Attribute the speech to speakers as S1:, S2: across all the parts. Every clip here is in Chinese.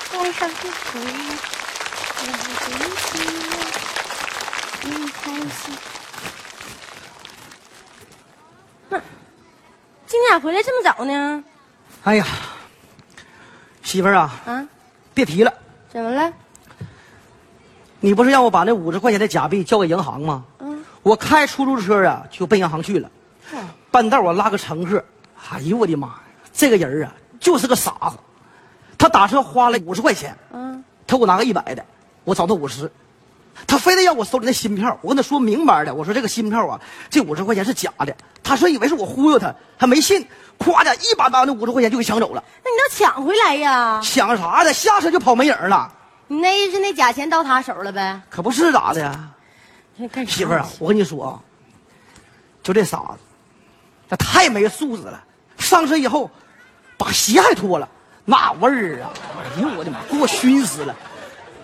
S1: 的回忆，我的心里很开心。
S2: 哼，今天咋回来这么早呢？
S3: 哎呀，媳妇儿啊，
S2: 啊，
S3: 别提了，
S2: 怎么了？
S3: 你不是让我把那五十块钱的假币交给银行吗？
S2: 嗯，
S3: 我开出租车啊，就奔银行去了。
S2: 啊
S3: 半道我拉个乘客，哎呦我的妈呀，这个人啊就是个傻子，他打车花了五十块钱，
S2: 嗯，
S3: 他给我拿个一百的，我找他五十，他非得要我手里那新票，我跟他说明白的，我说这个新票啊，这五十块钱是假的，他说以为是我忽悠他，他没信，夸的一把把那五十块钱就给抢走了，
S2: 那你倒抢回来呀？
S3: 想啥的，下车就跑没影儿了，
S2: 你那意思那假钱到他手了呗？
S3: 可不是咋的
S2: 啊
S3: 呀？
S2: 干啥
S3: 媳妇儿啊，我跟你说啊，就这傻子，这太没素质了。上车以后，把鞋还脱了，那味儿啊！哎呦我的妈，给我熏死了！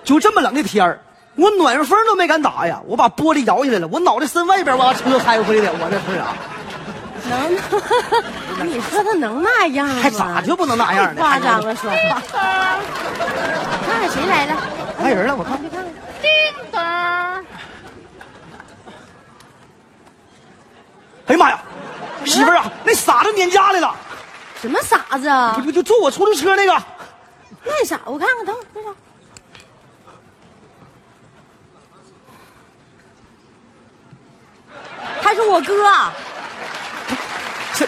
S3: 就这么冷的天儿，我暖风都没敢打呀，我把玻璃摇下来了，我脑袋伸外边往车开回来的，我这是啊，
S2: 能， 你说他能那样吗？
S3: 还咋就不能那样呢？
S2: 太夸张了，说话。 看看谁来了？
S3: 来人了，我看
S2: 你看看，
S1: 叮当，
S3: 哎呀妈呀，媳妇儿啊，那傻子撵家来了，
S2: 什么傻子啊
S3: 不？就就坐我出租车那个。
S2: 那啥，我看看，等会儿那啥。他是我哥，啊
S3: 这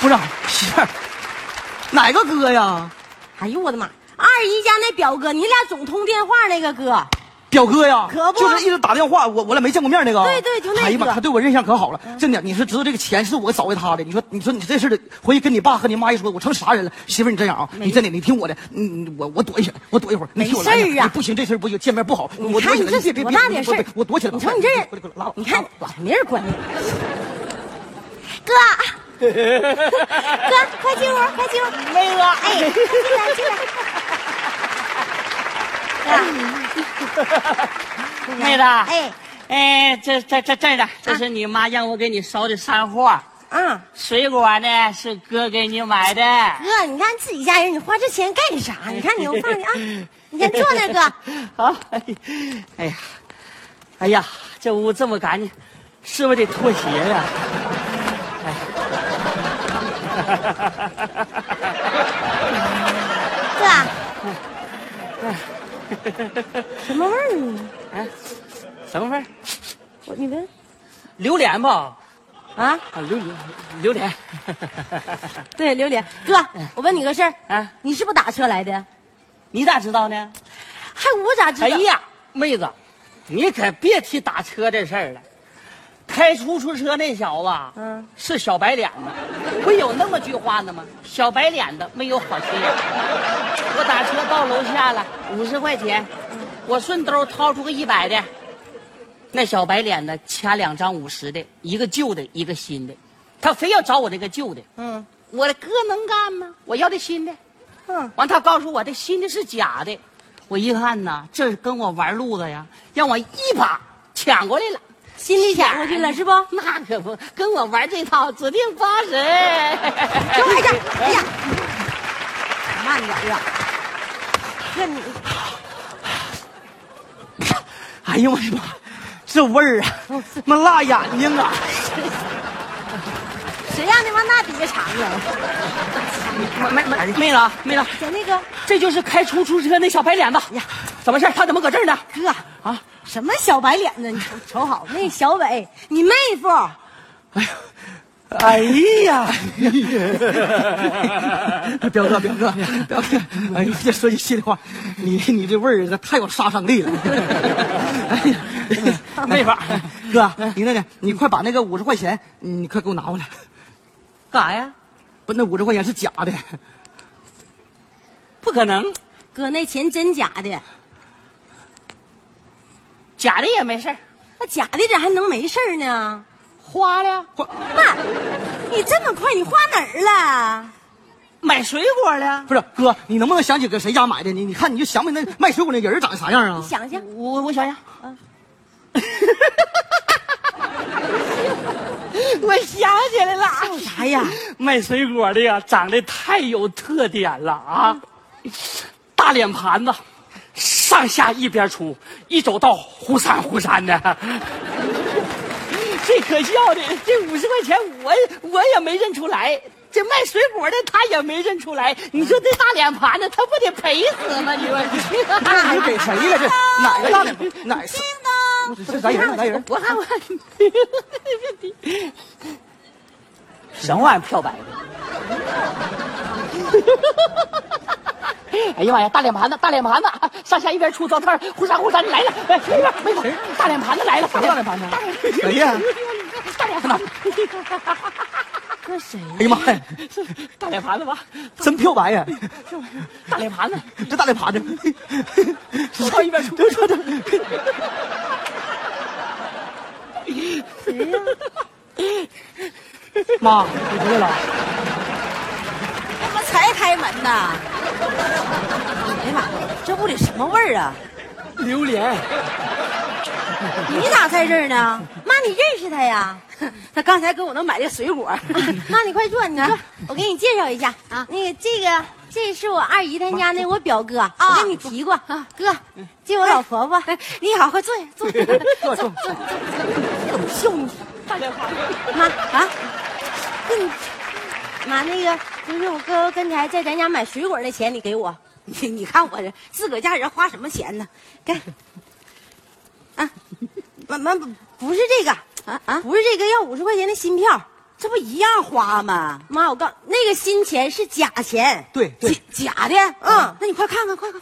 S3: 不是啊媳妇儿，哪个哥呀？
S2: 哎呦我的妈！二姨家那表哥，你俩总通电话那个哥，
S3: 表哥呀，
S2: 可
S4: 啊
S2: 不
S3: 就是一直打电话，我我俩没见过面那个。
S2: 对对就那个
S3: 哎呀妈，他对我印象可好了，真的，你是知道这个钱是我找给他的。你说你说你这事儿得回去跟你爸和你妈一说，我成啥人了？媳妇儿你这样啊，你真的你听我的，嗯，我我躲一下，我躲一会儿，你听我哎来
S2: 没事儿啊
S3: 你不行，这事儿不行，见面不好，
S2: 你
S3: 我躲
S2: 看
S3: 起
S2: 你
S3: 来
S2: 这是
S3: 别别
S2: 多
S3: 别
S2: 大点事
S3: 我
S2: 儿
S3: 我我躲起来吧。
S2: 你瞅你这人
S3: 滚滚滚拉倒，
S2: 你看
S3: 拉倒
S2: 没人管你。哥，啊 哥，快进屋，快进屋。那个，哎，进来进来。
S4: 妹子，
S2: 哎，
S4: 哎，这这这这的，这是你妈让我给你捎的山货，
S2: 啊，
S4: 水果呢是哥给你买的。
S2: 哥，你看自己家人，你花这钱干啥？你看你我放你 啊，你先坐那儿，哥。
S4: 好，哎呀，哎呀，这屋这么干净，是不是得脱鞋呀、
S2: 哥，什么味儿呢？
S4: 什么味儿？
S2: 我你闻
S4: 榴莲吧？
S2: 啊？
S4: 啊，榴榴榴莲。
S2: 对，榴莲。嗯哥，我问你个事儿
S4: 啊
S2: 你是不是打车来的？
S4: 你咋知道呢？
S2: 还我咋知道？
S4: 哎，呀，妹子，你可别提打车这事儿了。开出租车那小子，
S2: 嗯，
S4: 是小白脸子，不有那么句话呢吗？小白脸子没有好心眼。我打车到楼下了，五十块钱，
S2: 嗯
S4: 我顺兜掏出个一百的，那小白脸子掐两张五十的，一个旧的，一个新的，他非要找我那个旧的。
S2: 嗯
S4: 我的哥能干吗？我要的新的。
S2: 嗯，
S4: 完，他告诉我这新的是假的，我一看呐，这是跟我玩路子呀，让我一把抢过来了。
S2: 心里想过去了是啊不？
S4: 那可不，跟我玩这套，指定 八十。
S2: 这玩意儿，哎呀，慢点呀。哥，你
S3: 哎呦我的妈，这味儿啊，那辣眼睛啊！
S2: 谁让你往那底下藏了？
S4: 妹
S3: 哎
S4: 妹妹子，妹子，
S2: 在那个
S4: 这就是开出租车那小白脸子。呀，怎么事儿？他怎么搁这儿呢？
S2: 哥
S4: 啊，
S2: 什么小白脸呢？你瞅瞅好，那小伟，你妹夫，
S3: 哎呀， 表哥，表哥，表哥，哎呀，这说句心里话，你你这味儿这太有杀伤力了。 哎呀，
S4: 没法
S3: 哥，你那个，你快把那个五十块钱，你快给我拿回来。
S4: 干啥呀？
S3: 不，那五十块钱是假的。
S4: 不可能，
S2: 哥那钱真假的？
S4: 假的也没事儿
S2: 那假的咋还能没事儿呢？
S4: 花了呀，
S3: 花
S2: 妈，你这么快，你花哪儿了？
S4: 买水果了呀。
S3: 不是哥，你能不能想起搁谁家买的？你你看你就想不起那卖水果那人长啥样啊？
S2: 想嗯想，
S4: 我我想想， 我想起来了，
S2: 啥哎 呀？
S4: 卖水果的呀，长得太有特点了啊！大脸盘子，上下一边出，一走道忽闪忽闪的。 最可笑的，这五十块钱我我也没认出来，这卖水果的他也没认出来。你说这大脸盘子，他不得赔死吗？你说
S3: 那你给谁
S4: 哎
S3: 了？这哪个大脸盘？哪是？这来人，来人！
S4: 我看我，什么玩意儿漂白的？哎呀妈呀！大脸盘子，大脸盘子，上下一边出糟摊儿，忽闪忽闪的来了，哎，没有没有，大脸盘子来哎了，大脸盘子，
S3: 谁呀？
S4: 大脸盘子，
S1: 这谁？
S3: 哎呀妈呀，
S4: 大脸盘子吧，
S3: 真漂白呀！
S4: 大脸盘子，
S3: 这大脸盘子，
S4: 上一边出，
S3: 这这这，妈，你回来了。
S2: 他妈才开门呢！哎呀妈，这屋里什么味儿啊？
S4: 榴莲，
S2: 你咋在这儿呢？
S1: 妈，你认识他呀？
S2: 他刚才给我能买这水果， 啊
S1: 妈，你快坐，你坐，我给你介绍一下啊。那个，这个，这是我二姨她家那我表哥，我跟你提过啊，哥，这我老婆婆。
S2: 嗯哎你好，快坐下，坐 下。
S3: 坐坐，
S4: 大脸盘子，
S1: 妈啊，嗯，妈那个就是我哥刚才在咱家买水果那钱，你给我。
S2: 你你看我这自个儿家人花什么钱呢？
S1: 给，
S2: 妈妈不
S1: 啊不是这个啊啊，不是这个，要五十块钱的新票。
S2: 这不一样花吗？
S1: 妈，我告那个新钱是假钱，
S3: 对对
S2: 假假的，嗯，
S1: 那你快看看，快看，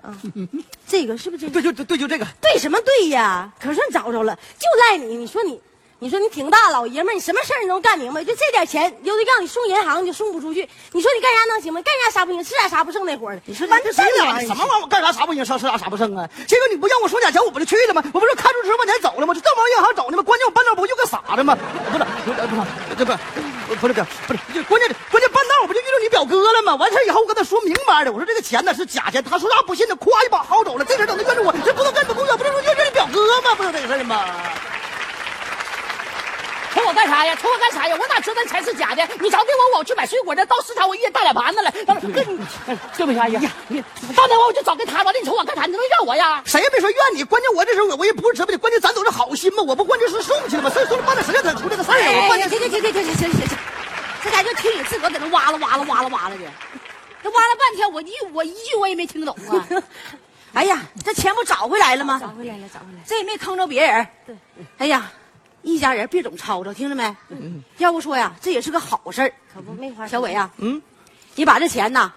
S1: 嗯，这个是不是这个？
S3: 对，就对就这个，
S1: 对什么对呀？可算找着了，就赖你！你说你，你说你挺大老爷们儿，你什么事儿你都干明白，就这点钱，有的让你送银行你就送不出去，你说你干啥能行吗？干啥啥不行，吃啥啥不剩那伙儿的。你说完
S3: 这谁
S1: 这蛋
S3: 俩
S1: 玩意
S3: 什么玩意儿？我干啥啥不行，上吃啥啥不剩啊？结果你不让我说俩钱，我不就去了吗？我不是看出十万钱走了吗？就正往银行走呢吗？关键我半道不就个傻子吗？不是，不是，这不不是个不是，就关键关键半道我不就遇到你表哥了吗？完事儿以后我跟他说明白了，我说这个钱呢是假钱，他说啥不信呢，夸一把薅走了。这人整的怨着我，这不能怨不公啊冤，不是说怨着你表哥吗？不是这事儿吗？
S4: 瞅我干啥呀？瞅我干啥呀？我哪知道那钱是假的？你早给我，我去买水果去。到市场我遇见大脸盘 子了，跟你，对不起阿姨，你刚才我我就找跟他完了，你瞅我干啥？你能怨我呀？
S3: 谁也别说怨你，关键我这时候我我也不是责备你，关键咱都是好心嘛，我不关键是送去了吗？所以说半点时间才出这个
S2: 哎
S3: 事儿
S1: 哎
S3: 啊，我关键
S2: 行行行行行行行行，这家就听你自个儿在那哇啦哇啦哇啦哇啦的，
S4: 这挖了半天，我一我一句我也没听懂 啊！
S2: 哎呀，这钱不找回来了
S1: 找
S2: 吗？
S1: 回来了，找回来了。
S2: 这也没坑着别人。
S1: 对，
S2: 哎呀，一家人别总吵吵，听着没？
S1: 嗯
S2: 要不说呀，这也是个好事儿。
S1: 可不没法。
S2: 小伟
S1: 呀，
S2: 呀，嗯，你把这钱呐，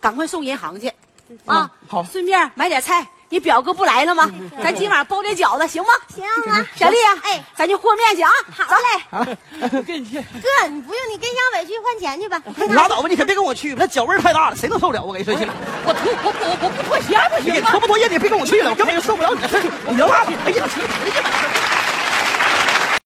S2: 赶快送银行去，
S1: 嗯
S2: 啊，
S3: 好
S2: 顺便买点菜。你表哥不来了吗？咱今晚包点饺子行吗？
S1: 嗯行啊，
S2: 小丽呀，
S1: 哎，
S2: 咱去和面去啊！
S1: 好嘞，
S4: 我跟你去，
S1: 哥，你不用，你跟小伟去换钱去吧。
S3: 你拉倒吧，你可别跟我去，那脚味儿太大了，谁能受了？我跟你说，兄弟，
S4: 我脱我我我不脱鞋不
S3: 你
S4: 行
S3: 给
S4: 吗
S3: 脱？不脱业，你别跟我去了，我根本就受不了你的事儿。你能拉倒？哎呀，我去！哎呀，